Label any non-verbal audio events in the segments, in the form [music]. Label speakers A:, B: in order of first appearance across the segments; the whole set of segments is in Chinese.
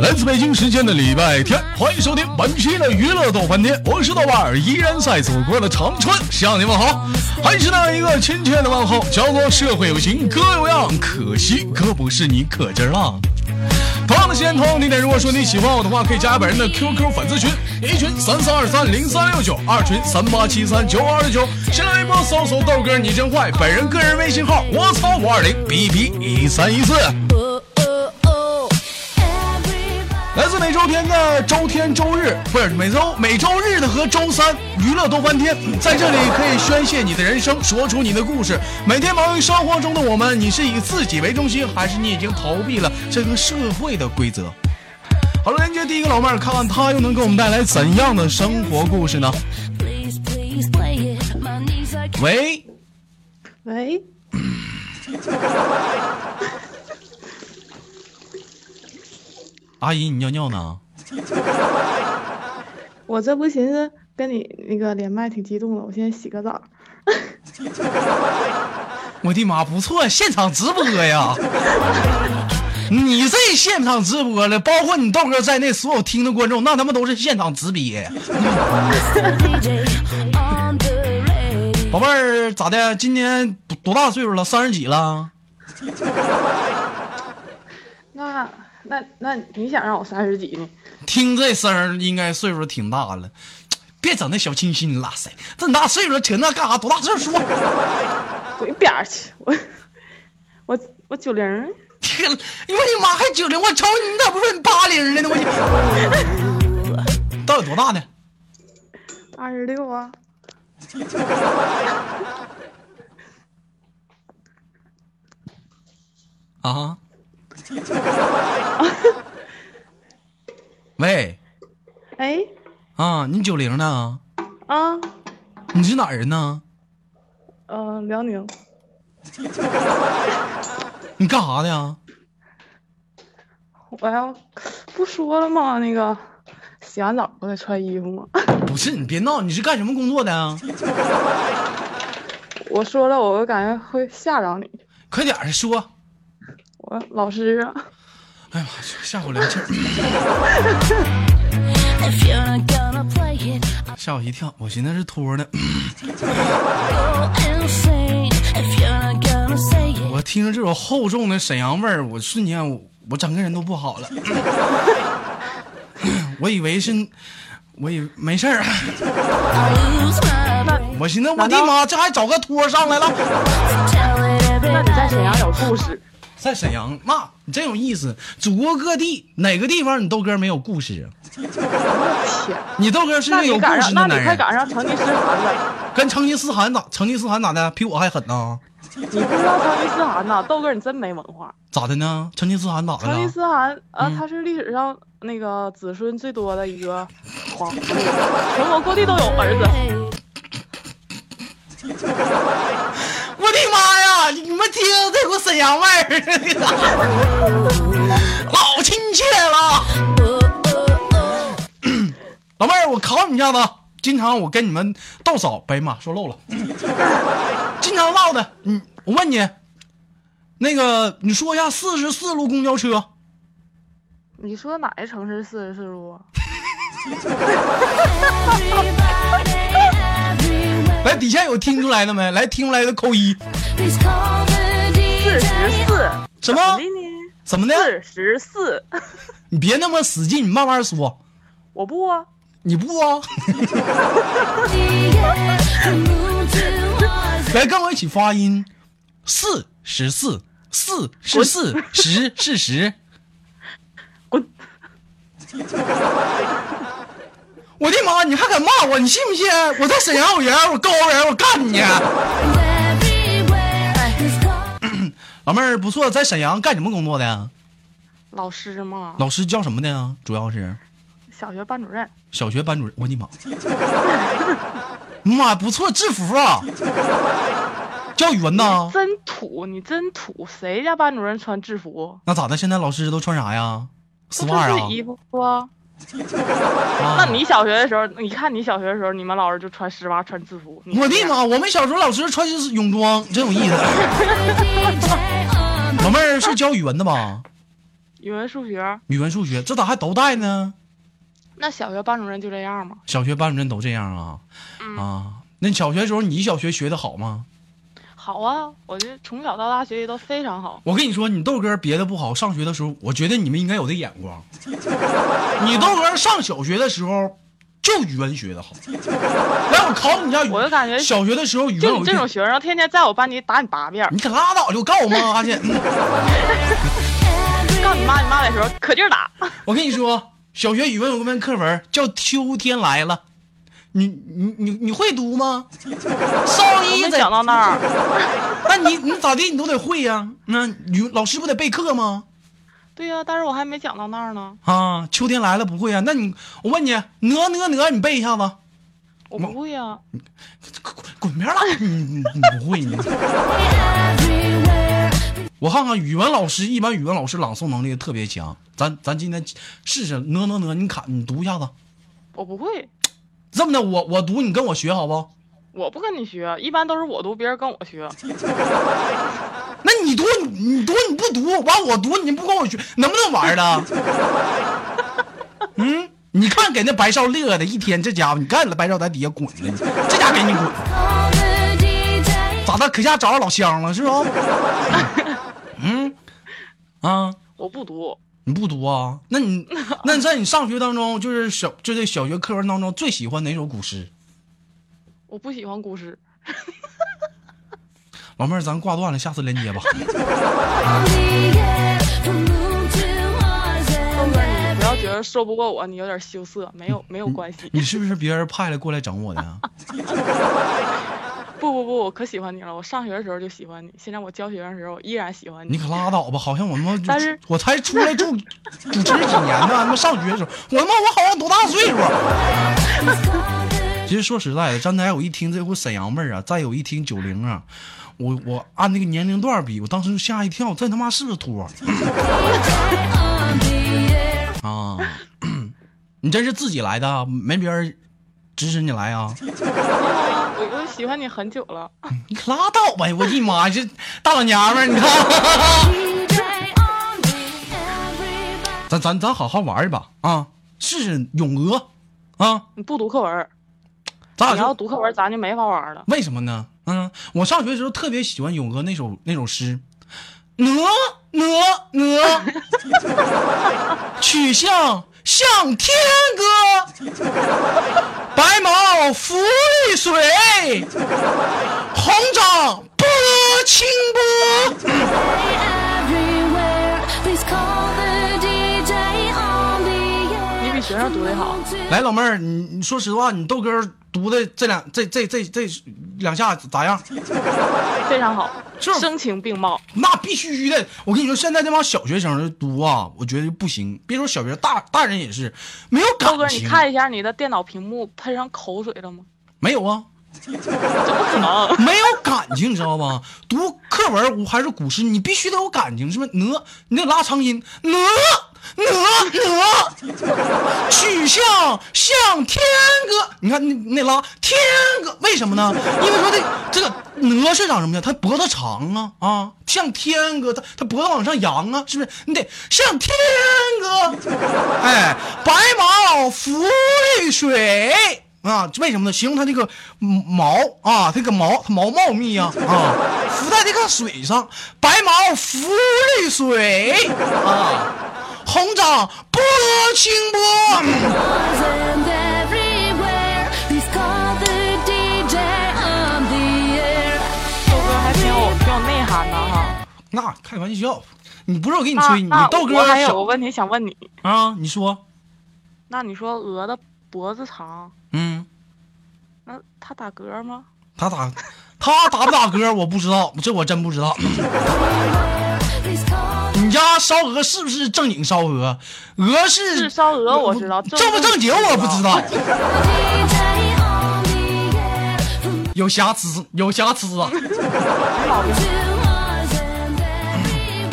A: 来自北京时间的礼拜天，欢迎收听本期的娱乐逗翻天，我是豆瓣儿，依然在祖国的长春向你问好，还是那一个亲切的问候。小国社会有型，哥有样，可惜哥不是你可劲儿浪。同样的时间，同样的地点。如果说你喜欢我的话，可以加本人的 QQ 粉丝群，一群三三二三零三六九，二群三八七三九二六九。新浪微博搜索豆哥你真坏，本人个人微信号我操五二零 B B 一三一四。
B: Oh, oh, oh, everybody.
A: 来自每周天的周天周日，不是每周每周日的和周三娱乐多翻天，在这里可以宣泄你的人生，说出你的故事。每天忙于生活中的我们，你是以自己为中心，还是你已经逃避了这个社会的规则？好了，连接第一个老妹儿，看看她又能给我们带来怎样的生活故事呢？
B: Please, please play it. My knees are
A: 喂，
C: 喂，
A: 阿姨，你尿尿呢？
C: 我这不寻思跟你那个连麦挺激动的，我先洗个澡。 [laughs]
A: 我的妈，不错，现场直播呀！你这现场直播了，包括你豆哥在内，所有听的观众，那他妈都是现场直憋。
B: DJ on the radio.
A: 宝贝儿，咋的？今年多多大岁数了？三十几了？
C: 那那那你想让我三十几呢？
A: 听这声儿，应该岁数挺大了。别整那小清新了，塞，这么大岁数了扯那干啥？多大岁数说？
C: 滚一边儿去！我我我九零，
A: 天，我的妈，还九零？我瞅你，你咋不说你八零的呢？我去，到底多大呢？
C: 二十六啊，
A: 啊？ [laughs] 喂，
C: 哎
A: 啊，你九零呢？
C: 啊，
A: 你是哪儿人呢？
C: 呃，辽宁，
A: 你干啥的呀？
C: 我要不说了吗？那个洗完澡不得穿衣服吗？ [laughs]
A: 不是你别闹，你是干什么工作的呀？
C: 我说了，我感觉会吓着你。
A: 快点儿说。
C: 我老师啊，
A: 哎呀妈，吓我凉气儿，
B: If you're not gonna play it,
A: [clears throat] 吓我一跳，我寻思是托呢。
B: I'll go insane. If you're not gonna say it,
A: 我听着这种厚重的沈阳味儿，我瞬间我我整个人都不好了。 [clears throat] 我以为是，我以为没事儿，啊
B: I lose my brain.
A: 我寻思我的妈，这还找个托上来了。
B: Tell it
C: 那你
B: everybody.
C: 在沈阳有故事？
A: 在沈阳，那你真有意思。祖国各地哪个地方你豆哥没有故事啊？
C: 天，
A: 你豆哥是
C: 那
A: 个有
C: 你
A: 故
C: 赶
A: 事
C: 上，
A: 的
C: 那
A: 男
C: 你快
A: 人，
C: 赶上成吉思汗了。
A: 跟成吉思汗咋？成吉思汗咋的？比我还狠呢？
C: 你不知道成吉思汗呐，豆哥，你真没文化。
A: 咋的呢？成吉思汗咋的
C: 成吉
A: 了？
C: 思汗啊
A: 啊嗯，
C: 他是历史上那个子孙最多的一个皇，
A: [laughs]
C: 全国各地都有儿子。
A: 我的妈呀！你们听这股沈阳味儿，老亲切了。 [coughs] 老妹儿，我考你一下子啊，经常我跟你们豆嫂，哎呀妈，说漏了， [laughs] 经常唠的。嗯，我问你，那个你说一下四十四路公交车。
C: 你说哪个城市四十四路啊？
A: 来，底下有听出来的没？来，听出来的扣一。
C: 四十四，
A: 什么
C: 怎的？呢？
A: 怎么的？
C: 四十四， [laughs]
A: 你别那么使劲，你慢慢说。
C: 我不啊，
A: 你不啊？来，跟我一起发音。四十四，四是四，十是十。
C: 滚！
A: 我的妈！你还敢骂我？你信不信？我在沈阳有人，我高人，我干你！啊老妹儿不错，在沈阳干什么工作的呀？
C: 老师嘛，
A: 老师教什么的呀？主要是
C: 小学班主任，
A: 小学班主任。我的妈！妈，不错，制服啊！教语文呐？
C: 真土，你真土，谁家班主任穿制服？
A: 那咋的？现在老师都穿啥呀？丝
C: 不
A: 袜
C: 穿
A: 啊
C: 自？己衣服啊？
A: 啊
C: 那你小学的时候，你看你小学的时候，你们老师就穿丝袜、穿制服。你
A: 我的！妈！我们小时候老师穿泳装，真有意思。老妹儿是教语文的吧？
C: 语文、数学，
A: 语文、数学，这咋还都带呢？
C: 那小学班主任就这样吗？
A: 小学班主任都这样啊？
C: 嗯
A: 啊，那小学时候你小学学的好吗？
C: 好啊，我觉得从小到大学习都非常好。
A: 我跟你说，你豆哥别的不好，上学的时候，我觉得你们应该有这眼光。
C: [laughs]
A: 你豆哥上小学的时候，就语文学的好。来，我考你一下语文，
C: 我就感觉
A: 小学的时候语文
C: 就
A: 有
C: 你
A: 一
C: 这
A: 天
C: 种学生，天天在我班级打你八遍儿，
A: 你可拉倒就告我妈去！
C: 告你妈你妈的时候可劲儿打。
A: 我跟你说，小学语文有个门课文叫《秋天来了》，你你你你会读
C: [laughs]
A: 吗？稍
C: 我
A: 一
C: 没
A: 在，
C: 想到那儿，
A: 那你你咋地你都得会呀、那语老师不得备课吗？
C: 对呀、但是我还没讲到那儿呢，
A: 啊，秋天来了不会呀、那你我问你，哪哪哪你背一下子，
C: 我不会呀、
A: 滚滚滚边儿了！你你你不会你？我看看语文老师，一般语文老师朗诵能力特别强，咱咱今天试试哪哪哪，你看你读一下子。
C: 我不会，
A: 这么的，我我读，你跟我学好不好？
C: 我不跟你学，一般都是我读，别人跟我学。
A: 那你读你你读你不读，完我读你不跟我学，能不能玩了？ [laughs] 嗯，你看给那白少乐的，一天这家伙，你看了白少在底下滚了，这家给你滚，咋的？可下找着老乡了是不？嗯，啊，
C: 我不读，
A: 你不读啊？那你那在你上学当中，就是小就这小学课文当中最喜欢哪首古诗？
C: 我不喜欢古诗。
A: 老妹儿，咱挂断了，下次连接吧。
C: 豆哥，你不要觉得说不过我，你有点羞涩，没有没有关系。
A: 你是不是别人派来过来整我的啊？
C: 不不不，我可喜欢你了，我上学的时候就喜欢你，现在我教学生的时候我依然喜欢
A: 你
C: 你。
A: 可拉倒吧！好像我他妈就
C: 但是
A: 我才出来住主持几年呢，他妈上学的时候，我他妈我好像多大岁数啊？其实说实在的，刚才我一听这回沈阳妹儿啊，再有一听九零啊，我我按那个年龄段比，我当时就吓一跳，这他妈是个托儿啊！ [clears throat] 你这是自己来的啊，没别人指使你来啊？
C: 我我喜欢你很久了，
A: 你可拉倒吧！我的妈，这大老娘们儿，你看。咱咱咱好好玩一把啊！试试咏鹅啊！
C: 你不读课文，
A: 咱俩
C: 你
A: 啊就
C: 要读课文咱就没法玩了。
A: 为什么呢？嗯，我上学的时候特别喜欢咏鹅那首那首诗，哪哪哪， [laughs] 曲项向天歌，白毛浮绿水，红掌拨清波。
C: 你比学生读的好，
A: 来，老妹儿，你你说实话，你豆哥读的这两这这这这两下咋样？
C: 非常好，
A: 是
C: 声情并茂。
A: 那必须的！我跟你说，现在这帮小学生读啊，我觉得不行。别说小学，大大人也是没有感
C: 豆哥，
A: 情。
C: 你看一下你的电脑屏幕喷上口水了吗？
A: 没有啊？
C: 怎么
A: [laughs]
C: 可能？
A: 没有感情，你知道吗？读课文我还是古诗，你必须得有感情，是不是？哪，你得拉长音，哪哪哪，曲项向天歌。你看你你得拉天歌，为什么呢？因为说这这个哪是长什么样？它脖子长啊啊，像天歌，它它脖子往上扬啊，是不是？你得像天歌，哎，白毛浮绿水。啊，为什么呢？形容它这个嗯毛啊，这个毛它毛茂密呀啊浮在这个水上，白毛浮绿水啊，红掌拨清波。嗯
C: 豆哥还挺有挺有内涵的哈。
A: 那开玩笑，你不是我给你
C: 那
A: 吹，你
C: 啊那
A: 豆
C: 我
A: 哥
C: 还有
A: 小
C: 个问题想问你，
A: 啊，你说，
C: 那你说鹅的脖子长，
A: 嗯，
C: 那它打嗝吗？
A: 他打他打不打嗝我不知道，这我真不知道。 [clears throat] 你家烧鹅是不是正经烧鹅？鹅是呃
C: 是烧鹅我知道
A: 正不正
C: 正不
A: 经我不知道。 [laughs] 有瑕疵，有瑕疵
C: [laughs]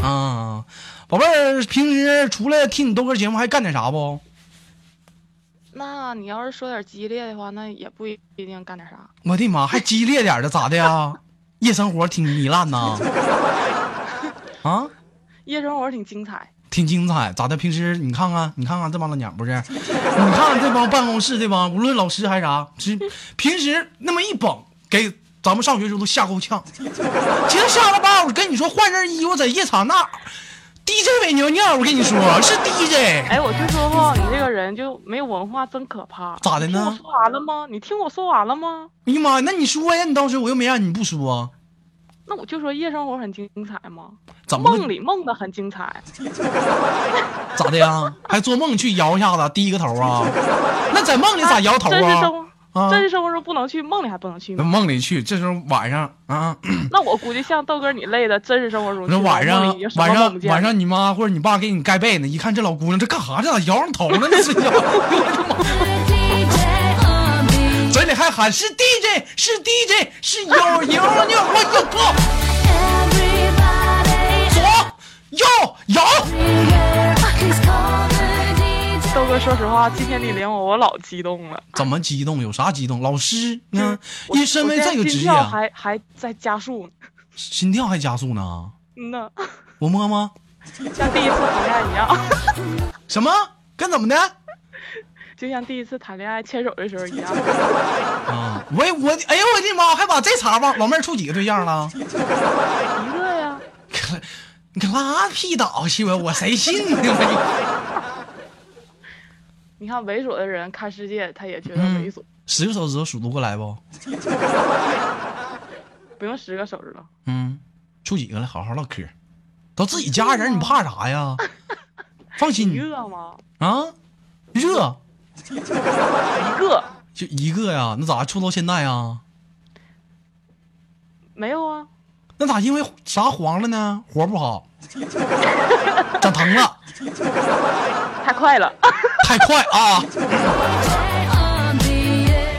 A: 啊！啊，宝贝儿，平时除了听你豆哥节目，还干点啥不？
C: 那你要是说点激烈的话，那也不一定干点啥。
A: 我的妈，还激烈点儿的咋的呀？
C: [laughs]
A: 夜生活挺糜烂呐！啊，
C: 夜生活挺精彩，
A: 挺精彩。啊咋的？平时你看看，你看看这帮老娘不是？ [laughs] 你看看这帮办公室这帮，无论老师还是啥，只平时那么一捧，给咱们上学时候都吓够呛。今天下了班，我跟你说换身衣服在夜场那 DJ 伪娘娘，我跟你说是 DJ。
C: 哎，我就说哈，你这个人就没有文化，真可怕。
A: 咋的
C: 你听我
A: 呢
C: 说完了吗？你听我说完了吗？
A: 哎呀妈呀，那你说呀？你当时我又没让你不说，
C: 那我就说夜生活很精彩吗？
A: 怎么
C: 梦
A: 了？
C: 里梦的很精彩，
A: 咋的呀？还做梦去摇一下子，低一个头啊？那在梦里咋摇头
C: 真实生
A: 啊？
C: 活，
A: 啊
C: 真实生活中不能去，梦里还不能去吗？
A: 梦里去，这时候晚上啊，
C: 那我估计像豆哥你类的，真实生活中
A: 我说
C: 去
A: 晚
C: 梦
A: 上
C: 里也什么
A: 晚
C: 梦
A: 上
C: 不见
A: 晚上你妈或者你爸给你盖被呢，一看这老姑娘这干啥？这咋摇上头了呢？睡觉，嘴里还喊是 DJ 是 DJ 是幺幺幺，我就靠左右摇，
C: 豆哥，说实话，今天你连我，我老激动了。
A: 怎么激动？有啥激动？老师
C: 就
A: 呢？
C: 我
A: 一身为
C: 我
A: 这
C: 现在
A: 个职
C: 心
A: 业
C: 跳
A: 啊，
C: 还还在加速呢。
A: 心跳还加速呢？
C: 嗯呐，
A: 我摸摸
C: [laughs] 像第一次谈恋爱一样，
A: 什么？跟怎么的？
C: 就像第一次谈恋爱牵手的时候一样。
A: 啊！我也我哎呦我的妈！还把这茬忘，老妹儿处几个对象了？
C: 一个呀，
A: 你可拉屁倒去吧！我谁信呢？我
C: 你看猥琐的人看世界，他也觉得
A: 嗯
C: 猥琐。
A: [laughs] 十个手指头数得过来不？
C: 不用十个手指头，
A: 嗯，处几个了？好好唠嗑，都自己家
C: 哎
A: 人，你怕啥
C: [laughs]
A: 呀？放
C: 一
A: 心
C: 个吗？
A: 啊，热
C: 一个
A: 就一个呀，那咋处到现在呀？
C: 没有啊？
A: 那咋因为啥黄了呢？活不好，长疼了，
C: 太快了，
A: 太快啊！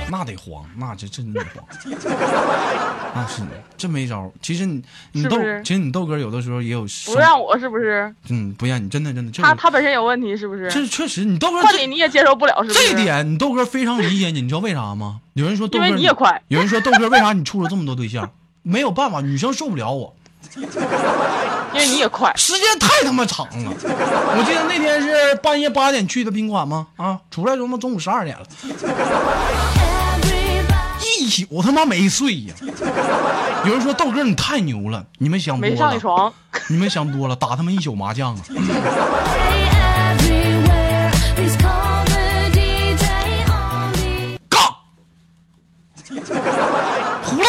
A: 那得黄，那这真得黄，那是真没招儿。其实你你
C: 是
A: 豆
C: 不，是
A: 其实你豆哥有的时候也有
C: 不
A: 生，
C: 让我是不是？
A: 嗯，不让你真的真的，这
C: 他
A: 个
C: 他本身有问题是不是？
A: 这确实你豆哥
C: 换你
A: 这
C: 你也接受不了是不
A: 这
C: 是？
A: 一点，你豆哥非常理解你，你知道为啥吗？有人说豆
C: 因
A: 哥
C: 为你也快
A: 有人说豆哥为啥你处了这么多对象？没有办法，女生受不了我，
C: 因为你也快，
A: 时间太他妈长了。我记得那天是半夜八点去的宾馆吗？啊，出来他妈中午十二点了，一宿他妈没睡呀。有人说豆哥你太牛了，你们想多
C: 没上
A: 了
C: 一，床。
A: 你们想多了，打他们一宿麻将啊。 [laughs] 杠，胡了。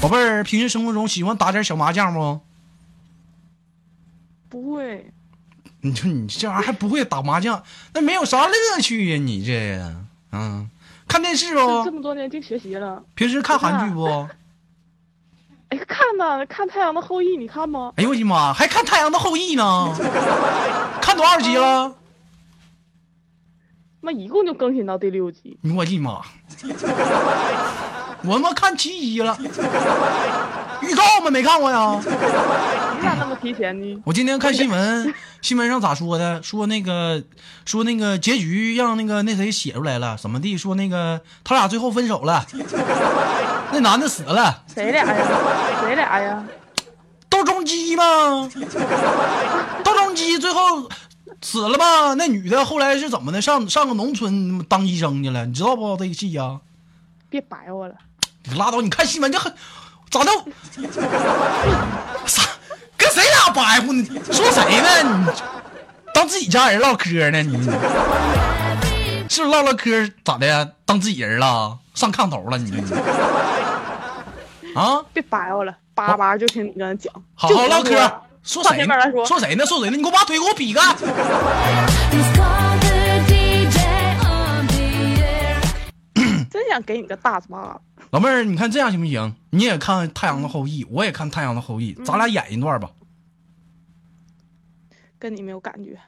A: 宝贝儿，平时生活中喜欢打点小麻将不？
C: 不会，
A: 你说你这玩意儿还不会打麻将，那没有啥乐趣呀、你这，嗯，看电视
C: 这这
A: 不？
C: 么多年净学习了。
A: 平时看韩剧不？
C: 哎，看呐，看《太阳的后裔》，你看吗？
A: [laughs] 哎呦我的妈，还看《太阳的后裔》呢？看多少集了？
C: 那一共就更新到第六集，
A: 我的妈！我他妈看七集了，预告吗？没看过呀。
C: 你咋那么提前呢？
A: 我今天看新闻，新闻上咋说的？说那个，说那个结局让那个那谁写出来了，怎么地？说那个他俩最后分手了， [laughs] 那男的死了，
C: 谁俩呀？谁俩呀？
A: 窦中基吗？ [laughs] 窦中基最后死了吧？那女的后来是怎么的？上上个农村当医生去了，你知道不？这个戏呀、
C: 别白我了，
A: 你拉倒！你看新闻这很咋的？ [laughs] 啥？跟谁俩白乎呢？说谁呢？你当自己家人唠嗑呢？你是不是唠唠嗑咋的呀？当自己人了？上炕头了你这？啊，
C: 别白我了，叭叭就听你跟他讲，
A: 好
C: 就
A: 好唠
C: 听
A: 嗑
C: 说。
A: 说
C: 放
A: 谁
C: 前
A: 呢
C: 面来？说
A: 说谁呢？说谁呢？你给我把腿给我
C: [laughs]
A: 劈开！
C: 真想给你个大嘴巴子。
A: 老妹儿，你看这样行不行？你也看《太阳的后裔》，我也看《太阳的后裔》，咱
C: 嗯
A: 俩演一段吧。
C: 跟你没有感觉，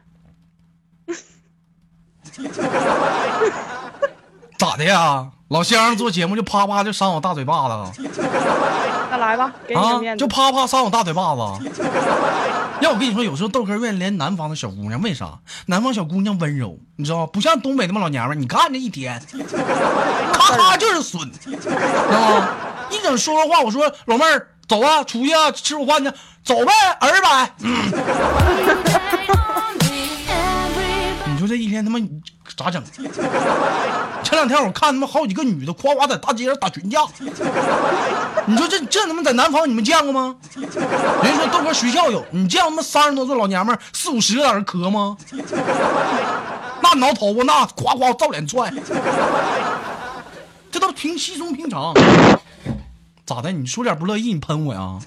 A: 咋的呀？老乡做节目就啪啪就扇我大嘴巴子啊。
C: 那来吧，给你个
A: 啊
C: 面，子。
A: 就啪啪扇我大嘴巴子。 [laughs] 要我跟你说，有时候豆哥愿意连南方的小姑娘，为啥？南方小姑娘温柔，你知道吗？不像东北那帮老娘们儿，你看这一
C: [laughs]
A: 天，咔咔就是损，知道吗？一整说说话，我说老妹儿，走啊，出去啊，吃午饭去，走呗，二百。你说这一天他妈你咋整？ [laughs] 前两天我看他妈好几个女的夸夸在大街上打群架，你说这这他妈在南方你们见过吗？人家说豆哥学校有，你见过他妈三十多岁老娘们儿四五十个在那磕吗？那挠头发那夸夸照脸踹，这都平稀松平常。咋的？你说点不乐意，你喷我呀？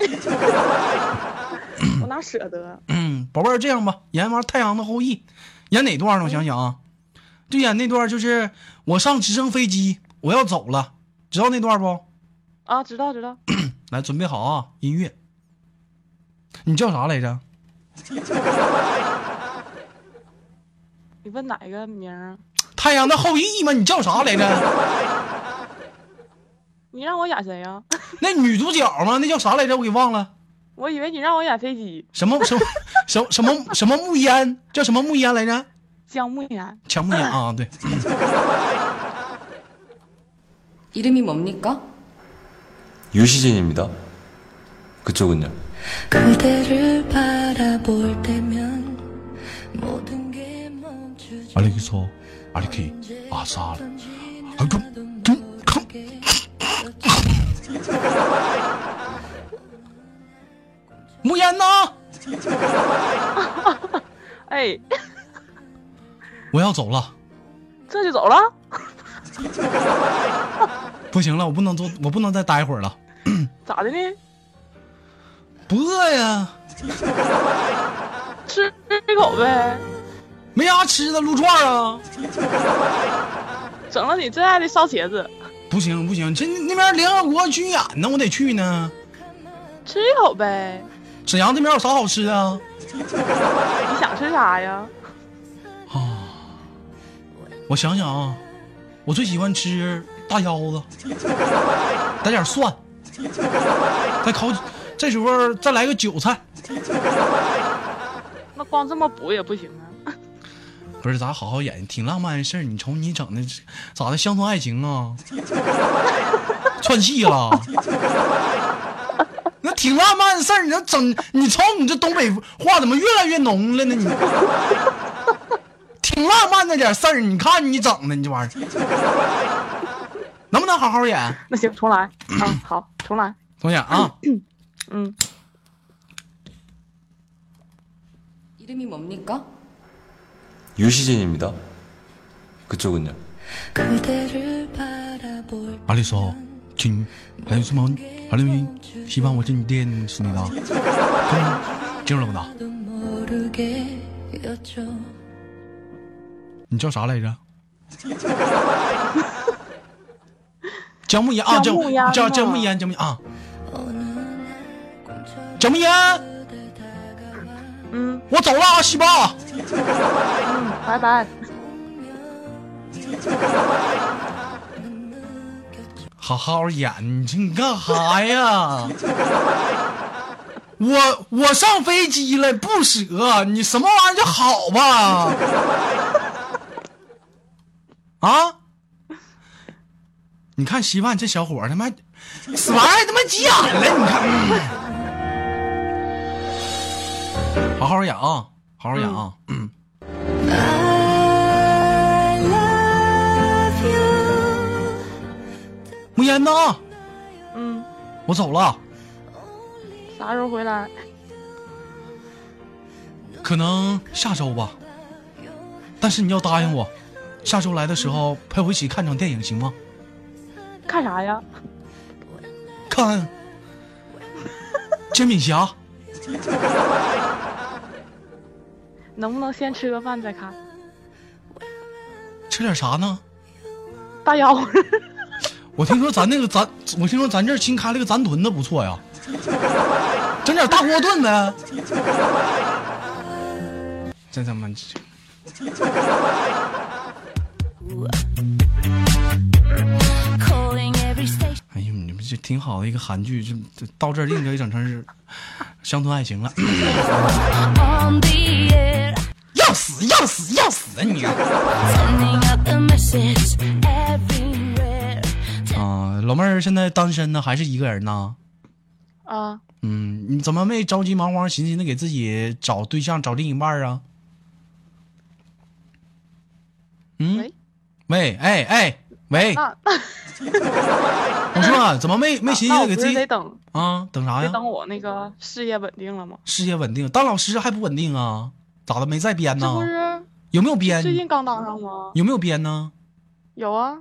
C: 我哪舍得？啊
A: 嗯，宝贝儿，这样吧，演完《太阳的后裔》，演哪段呢？我想想啊，就演那段，就是我上直升飞机，我要走了，知道那段不？
C: 啊，知道知道，
A: 来，准备好啊，音乐。你叫啥来着？
C: 你问哪个名儿？啊
A: 太阳的后裔吗？你叫啥来着？
C: 你让我演谁呀？ [laughs]
A: 那女主角吗？那叫啥来着？我给忘了。
C: 我以为你让我演飞机，
A: 什么什么什么什么什么木烟？叫什么木烟来着？
C: 姜木言。
A: 强木烟啊，对。
D: 이름이 뭡니까?
E: 유시진입니다. 그쪽은요?
D: 그대를 바라볼 때면 모든 게 멈추죠.
A: 알렉서, 알렉이, 아살. 아, 그, 그, 그.木烟呢？
C: 哎，
A: 我要走了，
C: 这就走了？
A: 不行了，我不能坐，我不能再待一会儿了，
C: 咋的呢？
A: 不饿呀，
C: 吃吃一口呗，
A: 没啥吃的，撸串啊。
C: 整了你最爱的烧茄子，
A: 不行不行，这那边联合国军演呢，我得去呢。
C: 吃一口呗。
A: 沈阳这边有啥好吃的啊？
C: 哎你想吃啥呀？
A: 我想想啊，我最喜欢吃大腰子，来点蒜，再烤，这时候再来个韭菜。
C: 那光这么补也不行啊。 [laughs]
A: 不是，咱好好演，挺浪漫的事儿。你瞅你整的，咋的？乡村爱情啊，串戏了。 [laughs] 那挺浪漫的事儿，你这整，你瞅你这东北话怎么越来越浓了呢？你 [laughs] 挺浪漫那点事儿，你看你整的，你这玩意儿，能不能好好演？
C: 那行，重来啊，好，重来。
A: 重演啊！
C: 嗯，
D: 이름이 뭡니까?
E: 유시진입니다. 그쪽은요?
D: 그대를 바라볼
A: 阿丽说，请来什么？阿丽，希望我是你爹，是你的， [laughs] 啊进入了吗？
D: 때도 모르게였죠.
A: 你叫啥来着？ [laughs] 姜木烟啊，
C: 姜
A: 姜
C: 木烟
A: 叫
C: 吗
A: 姜
D: 어느 날 꿈처럼
A: 木烟，姜木烟啊，姜木烟，
D: 그대 다가와
A: 我走了啊，西巴，
C: 拜拜。
A: 好好演，你这你干哈呀？ [laughs] 我我上飞机了，不舍，你什么玩意儿就好吧？ [laughs] 啊？你看稀饭这小伙儿他妈，死玩意儿他妈急眼了，你看。嗯好好演啊，好好演啊。
D: I love you
A: 木烟呢？
C: 嗯，
A: 我走了，
C: 啥时候回来？
A: 可能下周吧。但是你要答应我，下周来的时候陪我一起看场电影，行吗？
C: 看啥呀？
A: 看《煎饼侠》。
C: 能不能先吃个饭再看？
A: 吃点啥呢？
C: 大腰， [laughs]
A: 我听说咱那个咱，我听说咱这儿新开了个咱屯子不错呀，整点大锅炖呗。真他妈，
B: Calling every station.
A: 哎呦，你们这挺好的一个韩剧，这这到这儿硬给整成是乡村爱情了。
B: on the air,
A: 要死要死要死啊你！
B: sending out the message everywhere.
A: 啊，老妹儿现在单身呢，还是一个人呢？
C: 啊，
A: 嗯，你怎么没着急忙慌、寻思的给自己找对象、找另一半啊？嗯，
C: 喂，啊
A: 喂，哎哎，喂，
C: 那那
A: 我说啊、怎么
C: [laughs]
A: 没没寻
C: 那
A: 思
C: 我
A: 给
C: 不
A: 自
C: 是
A: 己
C: 得等
A: 啊？等啥
C: 得
A: 呀？
C: 等我那个事业稳定了吗？
A: 事业稳定，当老师还不稳定啊？咋的？没在编
C: 这
A: 呢
C: 不？是
A: 有没有编？
C: 最近刚当上吗？
A: 有没有编呢？
C: 有啊，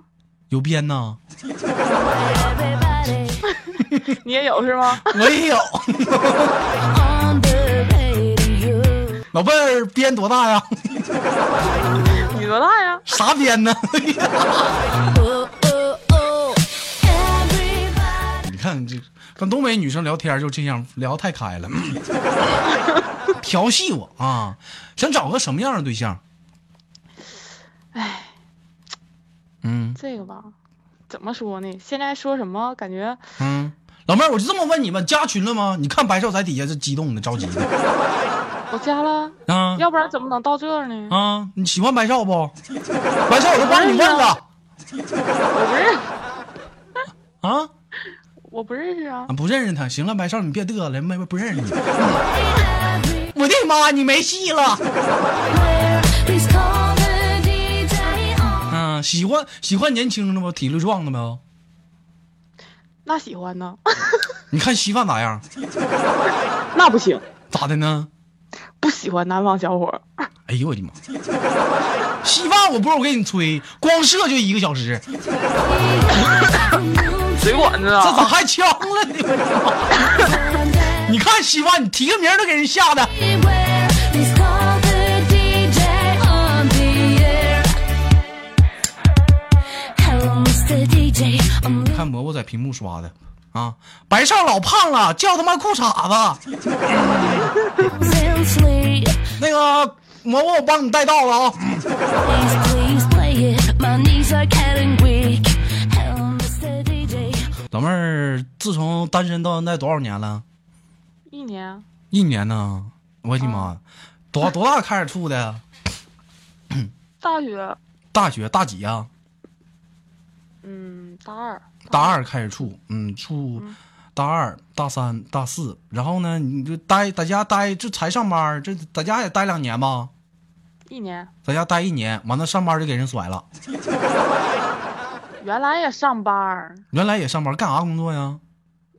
A: 有编呢？ [laughs]
B: Everybody
C: 你也有是吗？
A: 我也有。
B: on the radio.
A: 老妹儿编多大呀？ [laughs]
C: 你多大呀？
A: 啥编呢？
B: Oh, oh, oh. Everybody
A: 你看这跟东北女生聊天就这样，聊太开了， [coughs] 调戏我啊！想找个什么样的对象？
C: 哎，
A: 嗯
C: 这个吧，怎么说呢？现在说什么感觉
A: 嗯，老妹儿，我就这么问你们，加群了吗？你看白少在底下是激动的、着急的
C: 我加了，
A: 啊
C: 要不然怎么能到这儿呢？
A: 啊！你喜欢白少不？白少我都帮你问了嗯
C: 我不认，
A: 啊！
C: 我不认识啊
A: 啊，。不认识他。行了，白少，你别嘚了，没不认识你。我的妈，你没戏了。
B: please call the DJ on.
A: 嗯、喜欢喜欢年轻的吗？体力壮的没？
C: 那喜
A: [laughs]
C: 欢呢？
A: 你看稀饭咋样？
C: 那不行，
A: 咋的呢？
C: 不喜欢南方小伙儿。
A: 哎呦我的妈！稀饭我不是我给你吹，光射就一个小时，
C: 水管子
A: 这
C: 啊，
A: 咋还呛了呢？我的妈！你看稀饭，你提个名儿都给人吓的。
B: Beware, please call the DJ on the air. Hello, Mr. DJ. I'm
A: 看蘑菇在屏幕刷的啊，白少老胖了，叫他妈裤衩子。
B: losing sleep.
A: 那个蘑菇，我帮你带到了啊。
B: Please, please play it. My knees are getting weak. Hello, Mr. DJ.
A: 老妹儿，自从单身到现在多少年了？
C: 一年
A: 一年呢？我的妈！多多大开始处的？
C: 大学，
A: 大学大几啊呀、
C: 嗯，大二，
A: 大二开始处，嗯，处大二、大三、大四，然后呢，你就待在家待，这才上班儿，这在家也待两年吧，
C: 一年。
A: 在家待一年，完了上班就给人甩了。
C: 原来也上班儿，
A: 原来也上班，干啥工作呀？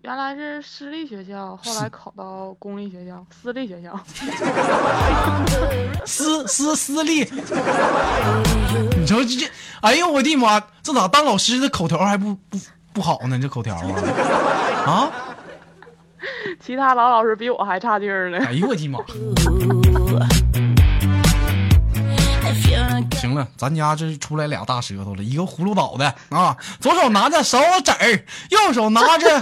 C: 原来是私立学校，后来考到公立学校、私立学校。 [laughs]
A: 私私私立。 [laughs] 你瞅这，哎呦我的妈，这咋当老师的口条还不不不好呢？这口条啊，啊，
C: 其他老老师比我还差劲儿呢。
A: 哎呦我的妈！
B: If you're not
A: 行了，咱家这出来俩大舌头了，一个葫芦岛的啊，左手拿着勺子儿，右手拿
C: [laughs]
A: 着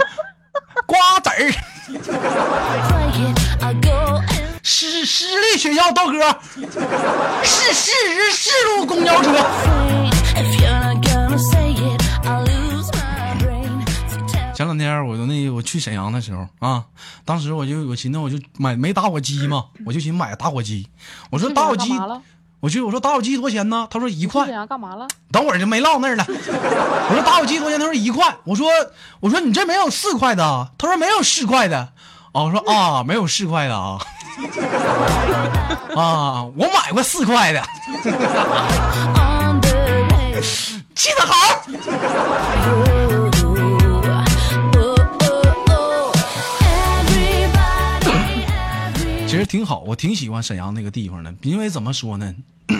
A: 瓜子儿。
B: gonna play it, I'll go and
A: 私私立学校豆哥，是是是路公交车。
B: sing. If you're not gonna say it, I'll lose my brain. So tell
A: 前两天我就那我去沈阳的时候啊，当时我就我寻思我就买没打火机嘛，我就寻思买打火机。我说
C: 去
A: 打火
C: 沈阳
A: 机
C: 干嘛了，
A: 我去我说打火机多少钱呢？他说一
C: 去沈
A: 块。
C: 阳干嘛了？
A: 等会儿就没唠那儿了。我说打火机多少钱？他说一块。我说我说你这没有四块的啊？他说没有四块的。啊，我说啊，没有四块的啊。 [laughs] 啊，我买过四块的，
B: on the radio.
A: 气得好。
B: Oh, oh, oh. Everybody, [clears throat] everybody.
A: 其实挺好，我挺喜欢沈阳那个地方的，因为怎么说呢，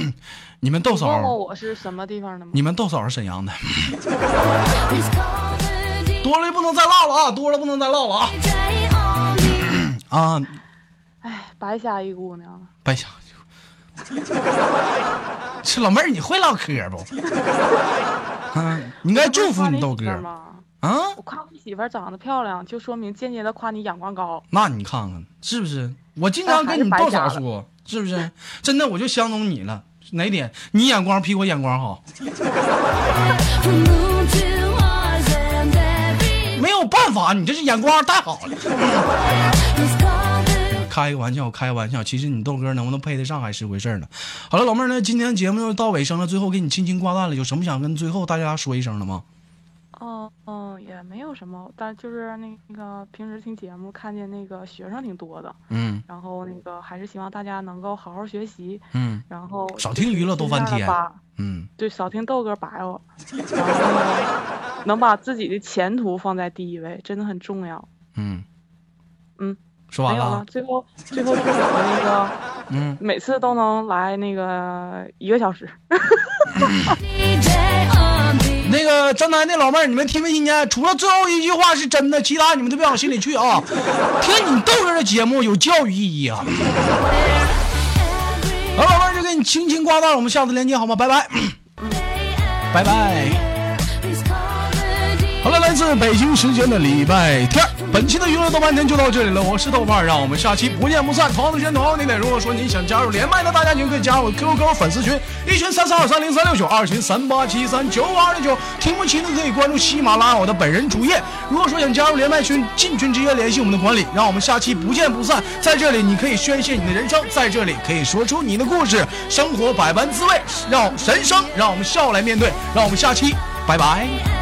A: [clears throat] 你们豆
C: 你问过
A: 嫂，
C: 我是什么地方的吗？
A: 你们豆嫂是沈阳的，
B: Please call the DJ.
A: 多了就不能再唠了啊，多了不能再唠了啊
B: Day on the
A: 啊！
C: 哎，白瞎一姑娘，
A: 白瞎，这老妹儿你会唠嗑不？ [laughs] 嗯、你应该祝福你豆哥
C: 我夸媳妇儿吗？
A: 啊！
C: 我夸你媳妇儿长得漂亮，就说明间接的夸你眼光高。
A: 那你看看是不是？我经常跟你们豆嫂说，是不是？真的我就相中你了，哪点你眼光比我眼光好？
B: moon to Mars and every.
A: 没有办法，你这是眼光太好了。
B: Please call the
A: 开个玩笑，开个玩笑。其实你豆哥能不能配得上还是回事儿呢。好了，老妹儿呢，今天节目就到尾声了，最后给你轻轻挂断了，有什么想跟最后大家说一声的吗？
C: 嗯嗯，也没有什么，但就是那个平时听节目看见那个学生挺多的，
A: 嗯
C: 然后那个还是希望大家能够好好学习，
A: 嗯
C: 然后
A: 少
C: 就是
A: 听娱乐多
C: 尽量
A: 翻
C: 地
A: 天
C: 把
A: 嗯，
C: 对，少听豆哥白话，然后呢能把自己的前途放在第一位，真的很重要。
A: 嗯
C: 嗯，
A: 说完
C: 没有
A: 了
C: 了
A: 啊，，
C: 最后最后祝我们那个
A: 嗯，
C: 每次都能来那个一个小时。
A: 那个张楠那老妹儿，你们听没听见？除了最后一句话是真的，其他你们都别往心里去啊！听你豆哥的节目有教育意义啊！好，老妹儿就给你轻轻挂断，我们下次连接好吗？拜拜，拜拜。好了，来自北京时间的礼拜天儿，本期的娱乐豆瓣天就到这里了。我是豆瓣儿，让我们下期不见不散。同样的时间，同样的地点。如果说您想加入连麦的大家群，可以加入 QQ 粉丝群，一群三三二三零三六九，二群三八七三九五二六九。听不清的可以关注喜马拉雅我的本人主页。如果说想加入连麦群，进群直接联系我们的管理。让我们下期不见不散。在这里，你可以宣泄你的人生，在这里可以说出你的故事，生活百般滋味，让人生让我们笑来面对。让我们下期拜拜。
B: Yeah.